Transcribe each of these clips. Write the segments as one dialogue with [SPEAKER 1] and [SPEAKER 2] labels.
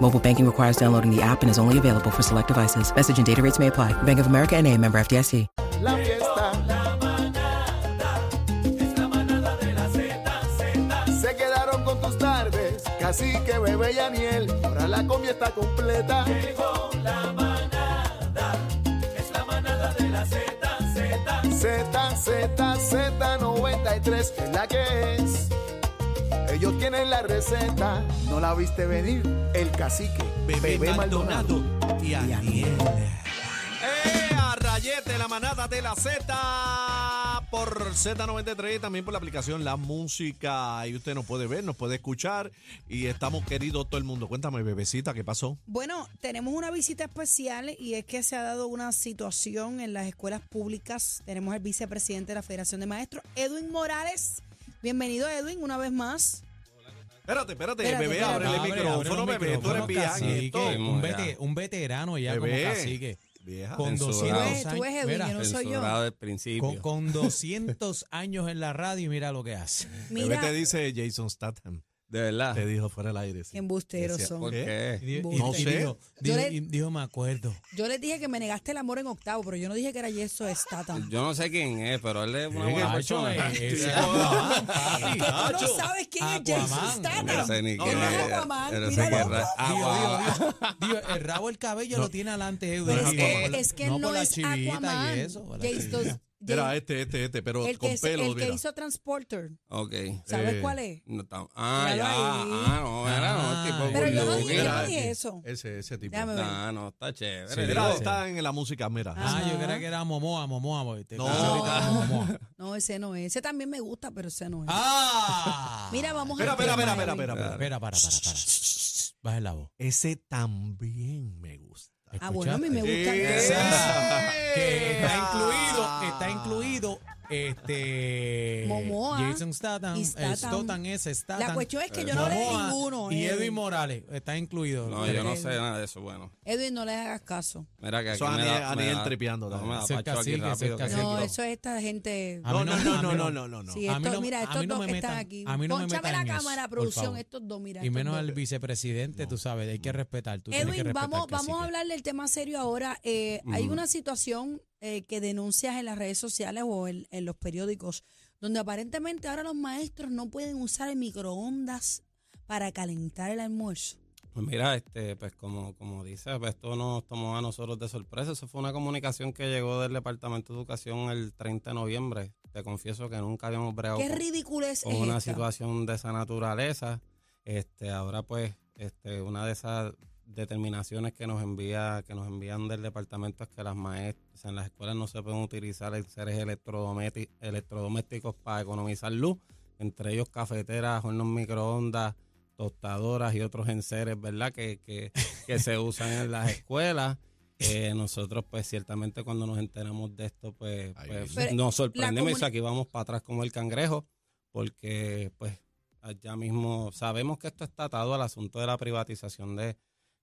[SPEAKER 1] Mobile banking requires downloading the app and is only available for select devices. Message and data rates may apply. Bank of America and a member FDIC.
[SPEAKER 2] La fiesta. La manada. Es la manada de la Z. Se quedaron con tus tardes. Cacique, bebé y Aniel. Ahora la comida está completa.
[SPEAKER 3] Llegó la manada. Es la manada de la Z.
[SPEAKER 2] ZZZ93 es la que es. Ellos tienen la receta, no la viste venir. El cacique,
[SPEAKER 4] Bebé,
[SPEAKER 2] bebé, Maldonado.
[SPEAKER 4] Maldonado y Aniel.
[SPEAKER 3] ¡Eh! A Rayete, la manada de la Z. Por Z93, también por la aplicación La Música. Ahí usted nos puede ver, nos puede escuchar. Y estamos queridos todo el mundo. Cuéntame, bebecita, ¿qué pasó?
[SPEAKER 5] Bueno, tenemos una visita especial y es que se ha dado una situación en las escuelas públicas. Tenemos al vicepresidente de la Federación de Maestros, Edwin Morales. Bienvenido, Edwin, una vez más.
[SPEAKER 3] Espérate, espérate,
[SPEAKER 5] Espérate,
[SPEAKER 3] bebé,
[SPEAKER 5] espérate.
[SPEAKER 3] ábrele el
[SPEAKER 5] Abre,
[SPEAKER 3] micrófono, bebé. Tú eres bien. esto.
[SPEAKER 4] un, vete- un veterano ya
[SPEAKER 3] Bebé. Ah,
[SPEAKER 4] como cacique.
[SPEAKER 3] Vieja.
[SPEAKER 4] Con
[SPEAKER 6] Censurado.
[SPEAKER 4] 200
[SPEAKER 5] Tú eres- tú eres
[SPEAKER 4] años.
[SPEAKER 5] Edwin,
[SPEAKER 4] mira,
[SPEAKER 5] yo no soy yo.
[SPEAKER 6] Censurado del principio.
[SPEAKER 4] con, con 200 años en la radio y mira lo que hace.
[SPEAKER 3] Bebé
[SPEAKER 5] Mira,
[SPEAKER 3] te dice Jason Statham.
[SPEAKER 6] de verdad.
[SPEAKER 3] Te dijo fuera del aire. sí.
[SPEAKER 5] qué embusteros
[SPEAKER 3] Decía,
[SPEAKER 5] son.
[SPEAKER 6] ¿Por
[SPEAKER 3] ¿Qué?
[SPEAKER 4] Y,
[SPEAKER 6] qué?
[SPEAKER 4] di- y-
[SPEAKER 3] No
[SPEAKER 4] y
[SPEAKER 3] sé.
[SPEAKER 4] dijo,
[SPEAKER 5] Yo
[SPEAKER 4] dijo-
[SPEAKER 5] le-
[SPEAKER 4] y dijo, me acuerdo.
[SPEAKER 5] Yo les dije que me negaste el amor en octavo, pero yo no dije que era Yeso Statham.
[SPEAKER 6] Yo no sé quién es, pero él es una
[SPEAKER 3] ¿Qué
[SPEAKER 6] buena
[SPEAKER 4] Nacho,
[SPEAKER 6] persona.
[SPEAKER 4] eh, ese Aquaman, papi.
[SPEAKER 5] Tú no sabes quién es Jason
[SPEAKER 4] Aquaman.
[SPEAKER 6] No
[SPEAKER 5] Statham.
[SPEAKER 6] sé ni
[SPEAKER 3] No,
[SPEAKER 6] quién
[SPEAKER 3] no,
[SPEAKER 6] es.
[SPEAKER 5] Aquaman,
[SPEAKER 6] Yo no sé
[SPEAKER 5] mira
[SPEAKER 6] qué
[SPEAKER 5] loco.
[SPEAKER 6] ra-
[SPEAKER 3] Ah,
[SPEAKER 4] Digo,
[SPEAKER 6] Agua-
[SPEAKER 4] digo, digo, digo, el rabo el cabello lo tiene adelante Edwin.
[SPEAKER 5] Pero es
[SPEAKER 4] y
[SPEAKER 5] que-
[SPEAKER 4] por la-
[SPEAKER 5] es que no,
[SPEAKER 4] por la
[SPEAKER 5] es
[SPEAKER 4] chivita y
[SPEAKER 5] Aquaman.
[SPEAKER 4] eso, por la
[SPEAKER 5] Jason,
[SPEAKER 4] chivita.
[SPEAKER 3] Era este, este, este, pero
[SPEAKER 5] el que,
[SPEAKER 3] con
[SPEAKER 5] es-
[SPEAKER 3] pelo.
[SPEAKER 5] el que
[SPEAKER 3] mira.
[SPEAKER 5] hizo Transporter.
[SPEAKER 6] Ok.
[SPEAKER 5] ¿Sabes
[SPEAKER 3] Eh,
[SPEAKER 5] cuál es?
[SPEAKER 6] No tam- ah,
[SPEAKER 5] Míralo
[SPEAKER 6] ya.
[SPEAKER 5] ahí.
[SPEAKER 6] Ah, no, era no,
[SPEAKER 4] Ah.
[SPEAKER 6] tipo
[SPEAKER 5] Pero yo no
[SPEAKER 6] good
[SPEAKER 5] dije, yo no
[SPEAKER 6] looking.
[SPEAKER 5] dije eso.
[SPEAKER 3] Ese, ese tipo.
[SPEAKER 5] Déjame ver.
[SPEAKER 6] Ah, no, está chévere.
[SPEAKER 3] Sí, mira, está en la música, mira.
[SPEAKER 4] Ah, yo creía que era Momoa, Momoa. boy. Te
[SPEAKER 3] No.
[SPEAKER 4] puse ahorita Momoa.
[SPEAKER 5] No, ese no es. Ese también me gusta, pero ese no es.
[SPEAKER 4] ¡Ah!
[SPEAKER 5] Mira, vamos
[SPEAKER 3] Espera,
[SPEAKER 5] a
[SPEAKER 3] espera, espera, espera, espera, espera.
[SPEAKER 4] Espera, para, para, para. Baja la voz.
[SPEAKER 3] Ese también me gusta.
[SPEAKER 5] Ah, bueno, a mí me gusta.
[SPEAKER 4] Eh,
[SPEAKER 3] Sí.
[SPEAKER 4] Que está
[SPEAKER 3] Ah.
[SPEAKER 4] incluido, está incluido este
[SPEAKER 5] Momoa
[SPEAKER 4] Jason Statham,
[SPEAKER 5] y
[SPEAKER 4] eh,
[SPEAKER 5] Statham.
[SPEAKER 4] Statham ese Statham.
[SPEAKER 5] La cuestión es que yo no leí
[SPEAKER 4] Momoa
[SPEAKER 5] ninguno. eh.
[SPEAKER 4] Y
[SPEAKER 5] Edwin.
[SPEAKER 4] Edwin Morales está incluido.
[SPEAKER 6] No, yo no sé nada de eso. Bueno,
[SPEAKER 5] Edwin, no le hagas caso.
[SPEAKER 6] mira que aquí
[SPEAKER 3] Eso
[SPEAKER 6] me
[SPEAKER 3] Aniel-
[SPEAKER 6] da, me
[SPEAKER 3] Aniel
[SPEAKER 6] da-
[SPEAKER 3] tripeando
[SPEAKER 6] No,
[SPEAKER 3] también.
[SPEAKER 6] me da
[SPEAKER 4] Ese es
[SPEAKER 6] pacho aquí
[SPEAKER 4] cacique, ese es
[SPEAKER 6] rápido. que-
[SPEAKER 4] cacique.
[SPEAKER 5] No,
[SPEAKER 4] Sergio.
[SPEAKER 5] eso es esta gente.
[SPEAKER 4] A mí
[SPEAKER 3] No, no,
[SPEAKER 4] no,
[SPEAKER 3] no, no,
[SPEAKER 4] a mí
[SPEAKER 3] no,
[SPEAKER 4] Ah, no.
[SPEAKER 3] no, no, no.
[SPEAKER 5] Sí,
[SPEAKER 4] a mí
[SPEAKER 5] estos,
[SPEAKER 4] no-
[SPEAKER 5] mira,
[SPEAKER 4] a mí
[SPEAKER 5] estos
[SPEAKER 4] no
[SPEAKER 5] dos
[SPEAKER 4] me
[SPEAKER 5] que están
[SPEAKER 4] metan-
[SPEAKER 5] aquí.
[SPEAKER 4] a mí no me
[SPEAKER 5] Pónchame la
[SPEAKER 4] metan en eso,
[SPEAKER 5] cámara,
[SPEAKER 4] por
[SPEAKER 5] producción,
[SPEAKER 4] favor.
[SPEAKER 5] estos dos, mira.
[SPEAKER 4] Y
[SPEAKER 5] estos
[SPEAKER 4] menos
[SPEAKER 5] dos.
[SPEAKER 4] al vicepresidente, tú sabes, hay que respetar. Tú tienes que
[SPEAKER 5] Edwin,
[SPEAKER 4] respetar,
[SPEAKER 5] vamos, vamos
[SPEAKER 4] cacique.
[SPEAKER 5] a hablar del tema serio ahora. Eh, Hay una situación eh, que denuncias en las redes sociales o en, en los periódicos, donde aparentemente ahora los maestros no pueden usar el microondas para calentar el almuerzo.
[SPEAKER 6] Pues mira, este, pues como, como dice, pues esto nos tomó a nosotros de sorpresa. Eso fue una comunicación que llegó del Departamento de Educación el 30 de noviembre. Te confieso que nunca habíamos bregado
[SPEAKER 5] Qué
[SPEAKER 6] con-
[SPEAKER 5] ridiculez
[SPEAKER 6] con
[SPEAKER 5] es
[SPEAKER 6] una
[SPEAKER 5] esta?
[SPEAKER 6] situación de esa naturaleza. Este, ahora pues, este, una de esas determinaciones que nos envía, que nos envían del departamento es que las maestras en las escuelas no se pueden utilizar seres electrodomésticos, electrodomésticos para economizar luz, entre ellos cafeteras, hornos microondas, tostadoras y otros enseres, ¿verdad? Que, que, que se usan en las escuelas. Eh, nosotros, pues, ciertamente cuando nos enteramos de esto, pues,
[SPEAKER 3] Ay,
[SPEAKER 6] pues,
[SPEAKER 5] Pero
[SPEAKER 6] nos sorprendemos y
[SPEAKER 5] comuni-
[SPEAKER 6] aquí vamos para atrás como el cangrejo, porque, pues, allá mismo sabemos que esto está atado al asunto de la privatización de,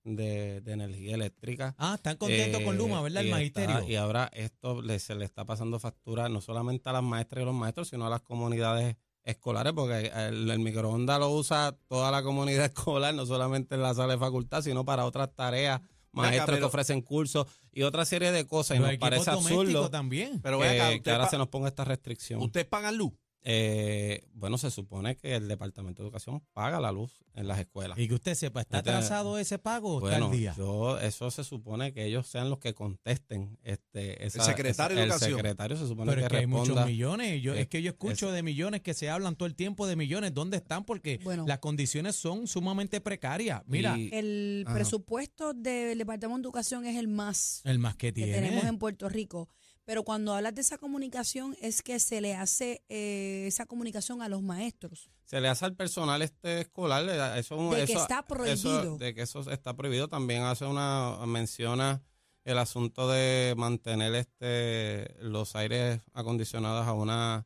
[SPEAKER 6] de- de energía eléctrica.
[SPEAKER 4] Ah, están contentos con
[SPEAKER 6] Eh,
[SPEAKER 4] Luma, ¿verdad? El
[SPEAKER 6] y está-
[SPEAKER 4] magisterio.
[SPEAKER 6] y ahora esto le- se le está pasando factura no solamente a las maestras y los maestros, sino a las comunidades escolares, porque el, el microondas lo usa toda la comunidad escolar, no solamente en la sala de facultad, sino para otras tareas, maestros que
[SPEAKER 3] pero-
[SPEAKER 6] ofrecen cursos y otra serie de cosas. Y
[SPEAKER 4] Los
[SPEAKER 6] nos
[SPEAKER 4] equipos
[SPEAKER 6] parece
[SPEAKER 4] domésticos
[SPEAKER 6] absurdo
[SPEAKER 4] también.
[SPEAKER 3] Pero
[SPEAKER 6] que,
[SPEAKER 3] ven acá,
[SPEAKER 6] que
[SPEAKER 3] usted
[SPEAKER 6] ahora
[SPEAKER 3] pa-
[SPEAKER 6] se nos ponga esta restricción.
[SPEAKER 3] ¿Ustedes pagan luz?
[SPEAKER 6] eh, bueno, se supone que el Departamento de Educación paga la luz en las escuelas.
[SPEAKER 4] Y que usted sepa, ¿está
[SPEAKER 6] Entonces,
[SPEAKER 4] atrasado ese pago o está
[SPEAKER 6] Bueno,
[SPEAKER 4] al día?
[SPEAKER 6] yo, eso se supone que ellos sean los que contesten. Este, esa-
[SPEAKER 3] secretario de
[SPEAKER 6] esa-
[SPEAKER 3] Educación.
[SPEAKER 6] El secretario se supone
[SPEAKER 4] Pero es
[SPEAKER 6] que
[SPEAKER 4] que hay
[SPEAKER 6] responda.
[SPEAKER 4] muchos millones. Yo,
[SPEAKER 6] Eh,
[SPEAKER 4] es que yo escucho
[SPEAKER 6] es-
[SPEAKER 4] de millones que se hablan todo el tiempo de millones. ¿Dónde están? Porque
[SPEAKER 5] Bueno.
[SPEAKER 4] las condiciones son sumamente precarias. Mira,
[SPEAKER 6] Y-
[SPEAKER 5] El
[SPEAKER 6] Ajá.
[SPEAKER 5] presupuesto del Departamento de Educación es el más
[SPEAKER 4] el más que
[SPEAKER 5] que
[SPEAKER 4] tiene.
[SPEAKER 5] tenemos en Puerto Rico. Pero cuando hablas de esa comunicación es que se le hace eh, esa comunicación a los maestros.
[SPEAKER 6] se le hace al personal este escolar le da- eso
[SPEAKER 5] De que
[SPEAKER 6] eso-
[SPEAKER 5] está
[SPEAKER 6] eso-
[SPEAKER 5] prohibido.
[SPEAKER 6] de que eso está prohibido también hace una menciona el asunto de mantener este los aires acondicionados a una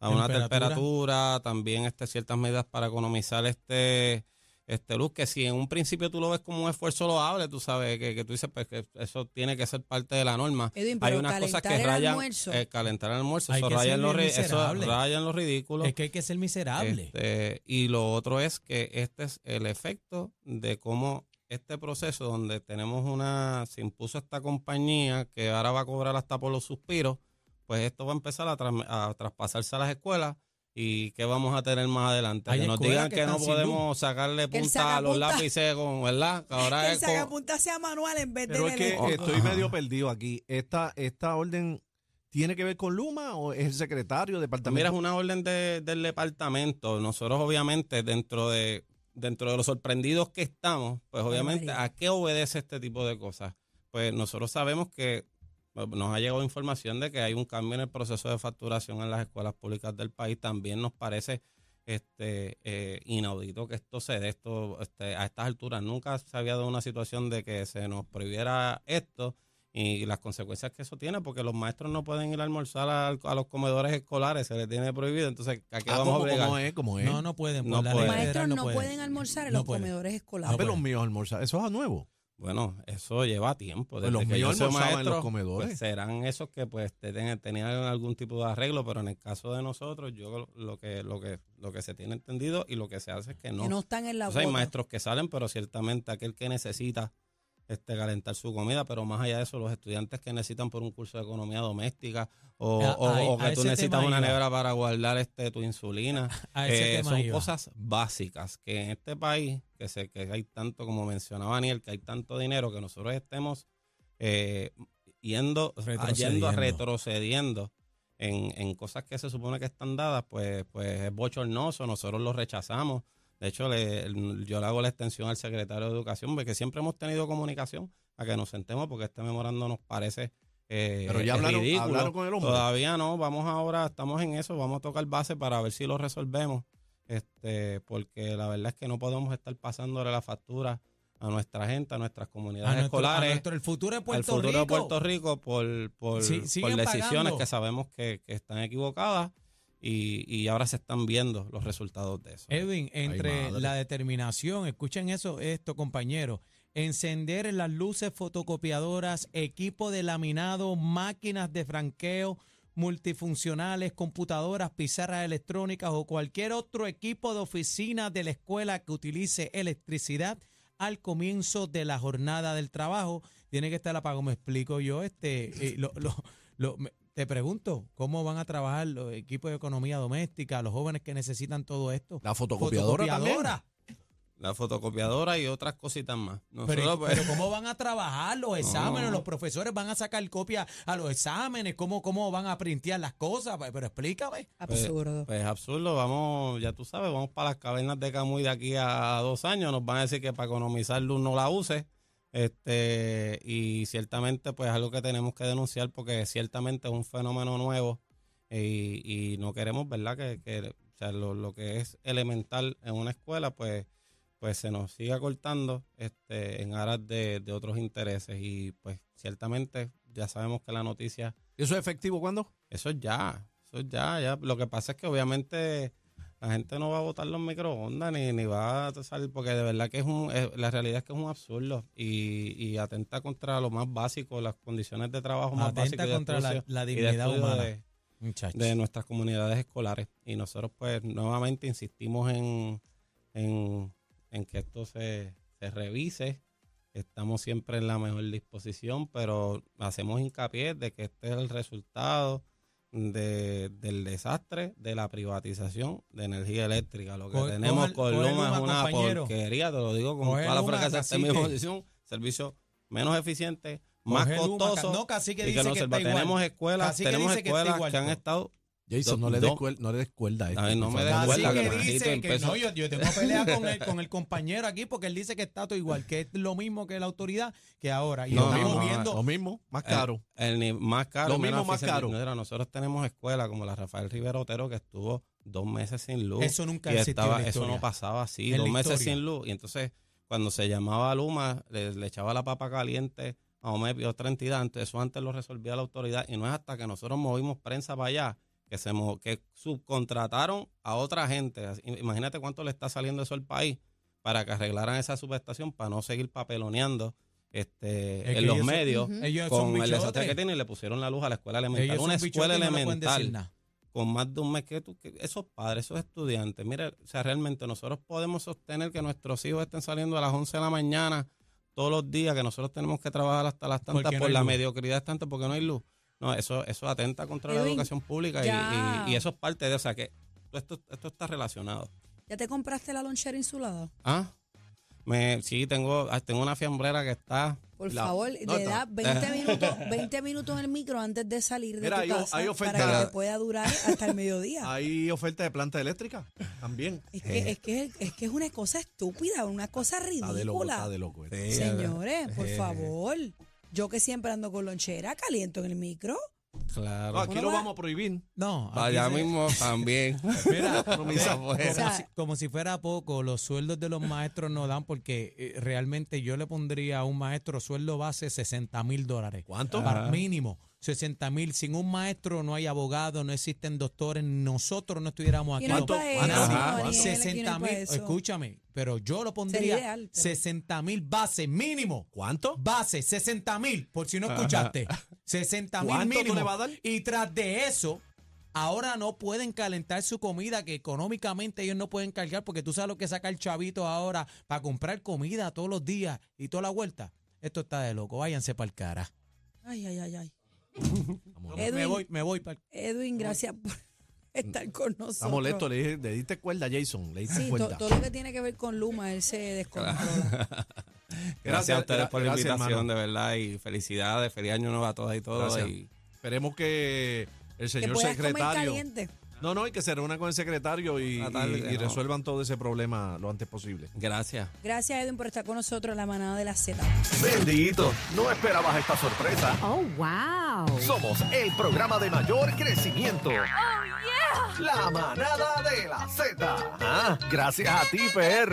[SPEAKER 6] a una
[SPEAKER 4] Temperatura.
[SPEAKER 6] temperatura también este ciertas medidas para economizar este este luz que si en un principio tú lo ves como un esfuerzo loable tú sabes que, que tú dices pues, que eso tiene que ser parte de la norma
[SPEAKER 5] Edwin,
[SPEAKER 6] hay
[SPEAKER 5] pero
[SPEAKER 6] unas cosas
[SPEAKER 5] calentar
[SPEAKER 6] que
[SPEAKER 5] el
[SPEAKER 6] rayan
[SPEAKER 5] almuerzo.
[SPEAKER 6] eh, calentar el almuerzo
[SPEAKER 4] Hay
[SPEAKER 6] eso
[SPEAKER 4] que
[SPEAKER 6] raya,
[SPEAKER 4] ser
[SPEAKER 6] en lo,
[SPEAKER 4] bien
[SPEAKER 6] ri- eso
[SPEAKER 4] miserable.
[SPEAKER 6] raya en lo ridículo
[SPEAKER 4] Es que hay que ser miserable.
[SPEAKER 6] este, y lo otro es que este es el efecto de cómo este proceso donde tenemos una, se impuso esta compañía que ahora va a cobrar hasta por los suspiros, pues esto va a empezar a, tras- a traspasarse a las escuelas y qué vamos a tener más adelante.
[SPEAKER 4] Hay
[SPEAKER 6] que nos
[SPEAKER 4] escuelas
[SPEAKER 6] digan
[SPEAKER 4] que
[SPEAKER 6] que,
[SPEAKER 4] están
[SPEAKER 6] no
[SPEAKER 4] sin luz.
[SPEAKER 6] podemos sacarle
[SPEAKER 5] Que el
[SPEAKER 6] punta a los
[SPEAKER 5] sacapunta-
[SPEAKER 6] lápices, con, ¿verdad? Que Ahora
[SPEAKER 5] que
[SPEAKER 6] Ah, es
[SPEAKER 5] el
[SPEAKER 6] con-
[SPEAKER 5] sacapunta sea manual en vez
[SPEAKER 3] Pero
[SPEAKER 5] de
[SPEAKER 3] es que eh,
[SPEAKER 6] Oh,
[SPEAKER 3] estoy
[SPEAKER 6] ajá.
[SPEAKER 3] medio perdido aquí. Esta, esta orden tiene que ver con Luma o es el secretario de
[SPEAKER 6] Mira, es
[SPEAKER 3] departamento.
[SPEAKER 6] una orden de- del departamento. Nosotros, obviamente, dentro de dentro de los sorprendidos que estamos, pues obviamente,
[SPEAKER 5] María.
[SPEAKER 6] ¿a qué obedece este tipo de cosas? Pues nosotros sabemos que bueno, nos ha llegado información de que hay un cambio en el proceso de facturación en las escuelas públicas del país. También nos parece este eh, inaudito que esto se dé esto este, a estas alturas. Nunca se había dado una situación de que se nos prohibiera esto y las consecuencias que eso tiene, porque los maestros no pueden ir a almorzar al- a, los comedores escolares, se les tiene prohibido. Entonces, ¿a qué
[SPEAKER 3] Ah,
[SPEAKER 6] vamos a
[SPEAKER 3] ¿cómo,
[SPEAKER 6] obligar?
[SPEAKER 3] cómo es? ¿Cómo es?
[SPEAKER 4] No, no pueden. por
[SPEAKER 6] No
[SPEAKER 4] la ley
[SPEAKER 6] pueden.
[SPEAKER 5] Los maestros
[SPEAKER 4] federal
[SPEAKER 5] no pueden almorzar en
[SPEAKER 4] No
[SPEAKER 5] los
[SPEAKER 4] pueden.
[SPEAKER 5] comedores
[SPEAKER 3] Ah,
[SPEAKER 5] escolares.
[SPEAKER 3] pero los míos almorzar. Eso es nuevo.
[SPEAKER 6] Bueno, eso lleva tiempo.
[SPEAKER 3] Pues
[SPEAKER 6] Desde
[SPEAKER 3] los
[SPEAKER 6] que yo
[SPEAKER 3] míos
[SPEAKER 6] soy
[SPEAKER 3] almorzaban en
[SPEAKER 6] maestro,
[SPEAKER 3] los comedores.
[SPEAKER 6] pues, serán esos que pues te- ten- tenían algún tipo de arreglo, pero en el caso de nosotros, yo lo que lo que lo que se tiene entendido y lo que se hace es que no.
[SPEAKER 5] que no están en la
[SPEAKER 6] Entonces, hay
[SPEAKER 5] cuota.
[SPEAKER 6] maestros que salen, pero ciertamente aquel que necesita este calentar su comida, pero más allá de eso, los estudiantes que necesitan por un curso de economía doméstica o,
[SPEAKER 4] A-
[SPEAKER 6] o-
[SPEAKER 4] a-
[SPEAKER 6] o
[SPEAKER 4] a
[SPEAKER 6] que tú
[SPEAKER 4] ese
[SPEAKER 6] necesitas
[SPEAKER 4] tema
[SPEAKER 6] una
[SPEAKER 4] iba.
[SPEAKER 6] nevera para guardar este tu insulina.
[SPEAKER 4] A ese
[SPEAKER 6] Eh,
[SPEAKER 4] tema
[SPEAKER 6] son
[SPEAKER 4] iba.
[SPEAKER 6] cosas básicas que en este país, que, se, que hay tanto, como mencionaba Daniel, que hay tanto dinero que nosotros estemos eh, yendo,
[SPEAKER 4] Retrocediendo.
[SPEAKER 6] yendo, retrocediendo en, en cosas que se supone que están dadas, pues, pues es bochornoso, nosotros lo rechazamos. De hecho, le- el- yo le hago la extensión al secretario de Educación, porque siempre hemos tenido comunicación a que nos sentemos, porque este memorando nos parece eh,
[SPEAKER 3] Pero ya hablaron-
[SPEAKER 6] ridículo.
[SPEAKER 3] hablaron con el hombre.
[SPEAKER 6] Todavía no, vamos ahora, estamos en eso, vamos a tocar base para ver si lo resolvemos, este porque la verdad es que no podemos estar pasándole la factura a nuestra gente, a nuestras
[SPEAKER 4] A
[SPEAKER 6] comunidades
[SPEAKER 4] nuestro- a
[SPEAKER 6] eh, escolares
[SPEAKER 4] nuestro- el futuro de
[SPEAKER 6] al
[SPEAKER 4] Puerto
[SPEAKER 6] futuro
[SPEAKER 4] Rico.
[SPEAKER 6] de Puerto Rico por, por,
[SPEAKER 4] Sí,
[SPEAKER 6] por
[SPEAKER 4] siguen
[SPEAKER 6] decisiones
[SPEAKER 4] pagando.
[SPEAKER 6] que sabemos que, que están equivocadas y, y ahora se están viendo los resultados de eso.
[SPEAKER 4] Edwin, entre
[SPEAKER 3] madre.
[SPEAKER 4] la determinación, escuchen eso, esto, compañero. Encender las luces fotocopiadoras, equipo de laminado, máquinas de franqueo, multifuncionales, computadoras, pizarras electrónicas o cualquier otro equipo de oficina de la escuela que utilice electricidad al comienzo de la jornada del trabajo. Tiene que estar apagado, me explico yo. Este, eh, lo- lo- lo- me- te pregunto, ¿cómo van a trabajar los equipos de economía doméstica, los jóvenes que necesitan todo esto?
[SPEAKER 3] La fotocopiadora, también.
[SPEAKER 4] Fotocopiadora.
[SPEAKER 6] La fotocopiadora y otras cositas más.
[SPEAKER 4] Pero,
[SPEAKER 6] Nosotros, pues,
[SPEAKER 4] pero ¿cómo van a trabajar los exámenes? Los profesores van a sacar copias a los exámenes. ¿Cómo, ¿Cómo van a printear las cosas? Pues, Pero explícame.
[SPEAKER 5] Absurdo.
[SPEAKER 6] pues absurdo, vamos, ya tú sabes, vamos para las cavernas de Camuy de aquí a dos años, nos van a decir que para economizar luz no la use, este, y ciertamente pues es algo que tenemos que denunciar porque ciertamente es un fenómeno nuevo y, y no queremos, ¿verdad? Que, que, o sea, lo, lo que es elemental en una escuela, pues, pues se nos siga cortando este, en aras de, de otros intereses y pues ciertamente ya sabemos que la noticia
[SPEAKER 3] ¿Eso es efectivo cuándo?
[SPEAKER 6] eso es ya, eso es ya, ya. Lo que pasa es que obviamente la gente no va a botar los microondas ni, ni va a salir, porque de verdad que es un, es- la realidad es que es un absurdo y, y atenta contra lo más básico, las condiciones de trabajo más
[SPEAKER 4] Atenta
[SPEAKER 6] básicas. y de
[SPEAKER 4] contra la-
[SPEAKER 6] estudio-
[SPEAKER 4] la
[SPEAKER 6] y de
[SPEAKER 4] dignidad
[SPEAKER 6] estudio
[SPEAKER 4] humana.
[SPEAKER 6] de-
[SPEAKER 4] Muchachos.
[SPEAKER 6] de nuestras comunidades escolares. Y nosotros, pues, nuevamente insistimos en, en, en que esto se, se revise. Estamos siempre en la mejor disposición, pero hacemos hincapié de que este es el resultado de- del desastre de la privatización de energía eléctrica. Lo que
[SPEAKER 4] Coge-
[SPEAKER 6] tenemos
[SPEAKER 4] coge-
[SPEAKER 6] con
[SPEAKER 4] coge
[SPEAKER 6] Luma es
[SPEAKER 4] Luma,
[SPEAKER 6] una
[SPEAKER 4] compañero.
[SPEAKER 6] porquería, te lo digo con
[SPEAKER 4] Coge
[SPEAKER 6] toda la
[SPEAKER 4] Luma,
[SPEAKER 6] franqueza, esta es mi
[SPEAKER 4] cacique.
[SPEAKER 6] posición. Servicio menos eficiente, más
[SPEAKER 4] Coge Luma,
[SPEAKER 6] costoso.
[SPEAKER 4] ca- no, cacique
[SPEAKER 6] y
[SPEAKER 4] dice
[SPEAKER 6] que lo
[SPEAKER 4] que
[SPEAKER 6] observa.
[SPEAKER 4] está igual.
[SPEAKER 6] Tenemos escuelas,
[SPEAKER 4] Cacique
[SPEAKER 6] tenemos
[SPEAKER 4] dice que está
[SPEAKER 6] escuelas que,
[SPEAKER 4] igual,
[SPEAKER 6] han
[SPEAKER 4] no.
[SPEAKER 6] estado.
[SPEAKER 7] Jason,
[SPEAKER 6] Do-
[SPEAKER 7] no le des
[SPEAKER 6] do-
[SPEAKER 7] cuer- no le des cuerda a esto.
[SPEAKER 6] Ay, no
[SPEAKER 7] por
[SPEAKER 6] me
[SPEAKER 7] favor.
[SPEAKER 6] des
[SPEAKER 4] Así
[SPEAKER 6] Recuerda,
[SPEAKER 4] que
[SPEAKER 6] Carmencito,
[SPEAKER 4] dice que
[SPEAKER 6] empezó.
[SPEAKER 4] no, yo, yo tengo pelea con el, con el compañero aquí porque él dice que está todo igual, que es lo mismo que la autoridad que ahora. Y
[SPEAKER 6] No,
[SPEAKER 4] estamos
[SPEAKER 6] no, no,
[SPEAKER 4] viendo
[SPEAKER 3] Lo mismo, más
[SPEAKER 6] Eh,
[SPEAKER 3] caro.
[SPEAKER 6] El, ni- más caro.
[SPEAKER 3] Lo
[SPEAKER 6] menos
[SPEAKER 3] mismo, más
[SPEAKER 6] eficiente.
[SPEAKER 3] caro.
[SPEAKER 6] Mira, nosotros tenemos escuelas como la Rafael Rivero Otero que estuvo dos meses sin luz.
[SPEAKER 4] eso nunca
[SPEAKER 6] y
[SPEAKER 4] existió en
[SPEAKER 6] estaba-
[SPEAKER 4] la
[SPEAKER 6] eso no
[SPEAKER 4] historia.
[SPEAKER 6] pasaba así,
[SPEAKER 4] En
[SPEAKER 6] dos
[SPEAKER 4] la
[SPEAKER 6] meses
[SPEAKER 4] historia.
[SPEAKER 6] sin luz. Y entonces, cuando se llamaba a Luma, le, le echaba la papa caliente a Omep y otra entidad. Antes, eso antes lo resolvía la autoridad. Y no es hasta que nosotros movimos prensa para allá que se mo- que subcontrataron a otra gente. Así, Imagínate cuánto le está saliendo eso al país para que arreglaran esa subestación para no seguir papeloneando este,
[SPEAKER 4] Es que
[SPEAKER 6] en los
[SPEAKER 4] ellos-
[SPEAKER 6] medios.
[SPEAKER 5] Ujú.
[SPEAKER 4] Ellos son
[SPEAKER 6] Con el desastre
[SPEAKER 4] bichotes.
[SPEAKER 6] que tiene, le pusieron la luz a la escuela elemental.
[SPEAKER 4] Ellos son
[SPEAKER 6] una escuela
[SPEAKER 4] bichotes y no le pueden decir
[SPEAKER 6] elemental
[SPEAKER 4] nada.
[SPEAKER 6] con más de un mes que tú, que esos padres, esos estudiantes, mira, o sea, realmente nosotros podemos sostener que nuestros hijos estén saliendo a las 11 de la mañana todos los días, que nosotros tenemos que trabajar hasta las tantas
[SPEAKER 4] Porque
[SPEAKER 6] por
[SPEAKER 4] no hay
[SPEAKER 6] la
[SPEAKER 4] luz.
[SPEAKER 6] mediocridad tanto porque no hay luz. No, eso, eso atenta contra la
[SPEAKER 5] Edwin,
[SPEAKER 6] educación pública y-
[SPEAKER 5] ya.
[SPEAKER 6] y, y eso es parte de, o sea, que esto, esto está relacionado.
[SPEAKER 5] ¿Ya te compraste la lonchera insulada?
[SPEAKER 6] Ah, me, sí, tengo, ah, tengo una fiambrera que está...
[SPEAKER 5] Por
[SPEAKER 3] La-
[SPEAKER 5] favor,
[SPEAKER 3] no,
[SPEAKER 5] le
[SPEAKER 3] no.
[SPEAKER 5] da
[SPEAKER 6] Eh,
[SPEAKER 5] 20 minutos, 20 minutos en el micro antes de salir de
[SPEAKER 3] Mira,
[SPEAKER 5] tu
[SPEAKER 3] hay o-
[SPEAKER 5] casa
[SPEAKER 3] hay
[SPEAKER 5] para que
[SPEAKER 3] oferta- Ah,
[SPEAKER 5] te pueda durar hasta el mediodía.
[SPEAKER 3] Hay oferta de planta eléctrica también.
[SPEAKER 5] es, que, es, que, es que es una cosa estúpida, una cosa
[SPEAKER 7] Está de loco, está
[SPEAKER 5] ridícula.
[SPEAKER 7] de loco. esto.
[SPEAKER 5] Señores, por favor. Yo que siempre ando con lonchera, caliento en el micro.
[SPEAKER 3] No,
[SPEAKER 6] Claro.
[SPEAKER 3] aquí lo vamos a prohibir.
[SPEAKER 4] No, Ah, aquí
[SPEAKER 6] Allá
[SPEAKER 4] se-
[SPEAKER 6] mismo también.
[SPEAKER 4] Mira,
[SPEAKER 3] Como si-
[SPEAKER 5] O sea,
[SPEAKER 4] como, si, como si fuera poco, los sueldos de los maestros no dan porque eh, realmente yo le pondría a un maestro sueldo base 60 mil dólares.
[SPEAKER 3] ¿Cuánto?
[SPEAKER 4] Para mínimo, 60 mil. Sin un maestro no hay abogado, no existen doctores, nosotros no estuviéramos aquí.
[SPEAKER 5] ¿Quién es
[SPEAKER 4] No,
[SPEAKER 5] para
[SPEAKER 4] a
[SPEAKER 5] eso,
[SPEAKER 4] nadie.
[SPEAKER 3] Daniel?
[SPEAKER 5] ¿Quién es
[SPEAKER 4] 60 mil,
[SPEAKER 5] para eso?
[SPEAKER 4] escúchame, pero yo lo pondría
[SPEAKER 5] ideal, pero-
[SPEAKER 4] 60 mil base mínimo.
[SPEAKER 3] ¿Cuánto?
[SPEAKER 4] Base, 60 mil, por si no escuchaste. 60 mil
[SPEAKER 3] ¿Cuánto tú
[SPEAKER 4] mínimo.
[SPEAKER 3] le vas a dar?
[SPEAKER 4] Y tras de eso, ahora no pueden calentar su comida, que económicamente ellos no pueden cargar, porque tú sabes lo que saca el chavito ahora para comprar comida todos los días y toda la vuelta. Esto está de loco, váyanse para el cara.
[SPEAKER 5] Ay, ay, ay, ay.
[SPEAKER 4] Me
[SPEAKER 5] Edwin,
[SPEAKER 4] voy, me voy para
[SPEAKER 5] Edwin, gracias por estar con nosotros.
[SPEAKER 3] Está molesto, le, dije- le diste cuerda a Jason, le diste
[SPEAKER 5] Sí, to-
[SPEAKER 3] cuerda.
[SPEAKER 5] todo lo que tiene que ver con Luma, él se descontrola.
[SPEAKER 6] Gracias a ustedes
[SPEAKER 3] gra-
[SPEAKER 6] por la
[SPEAKER 3] gracias,
[SPEAKER 6] invitación,
[SPEAKER 3] hermano.
[SPEAKER 6] de verdad, y felicidades, feliz año nuevo a todas y todos.
[SPEAKER 3] Gracias.
[SPEAKER 6] y-
[SPEAKER 3] Esperemos que el
[SPEAKER 5] que
[SPEAKER 3] señor
[SPEAKER 5] puedas comer
[SPEAKER 3] secretario.
[SPEAKER 5] caliente.
[SPEAKER 3] No, no, y que se reúna con el secretario y,
[SPEAKER 6] Ah, tarde,
[SPEAKER 3] y- y
[SPEAKER 6] no.
[SPEAKER 3] resuelvan todo ese problema lo antes posible.
[SPEAKER 6] Gracias.
[SPEAKER 5] Gracias, Edwin, por estar con nosotros en la manada de la Z.
[SPEAKER 2] Bendito, no esperabas esta sorpresa.
[SPEAKER 8] Oh, wow. Oh,
[SPEAKER 2] Somos el programa de mayor crecimiento. La manada de la Z. Ah, gracias a ti, PR.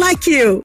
[SPEAKER 9] like you.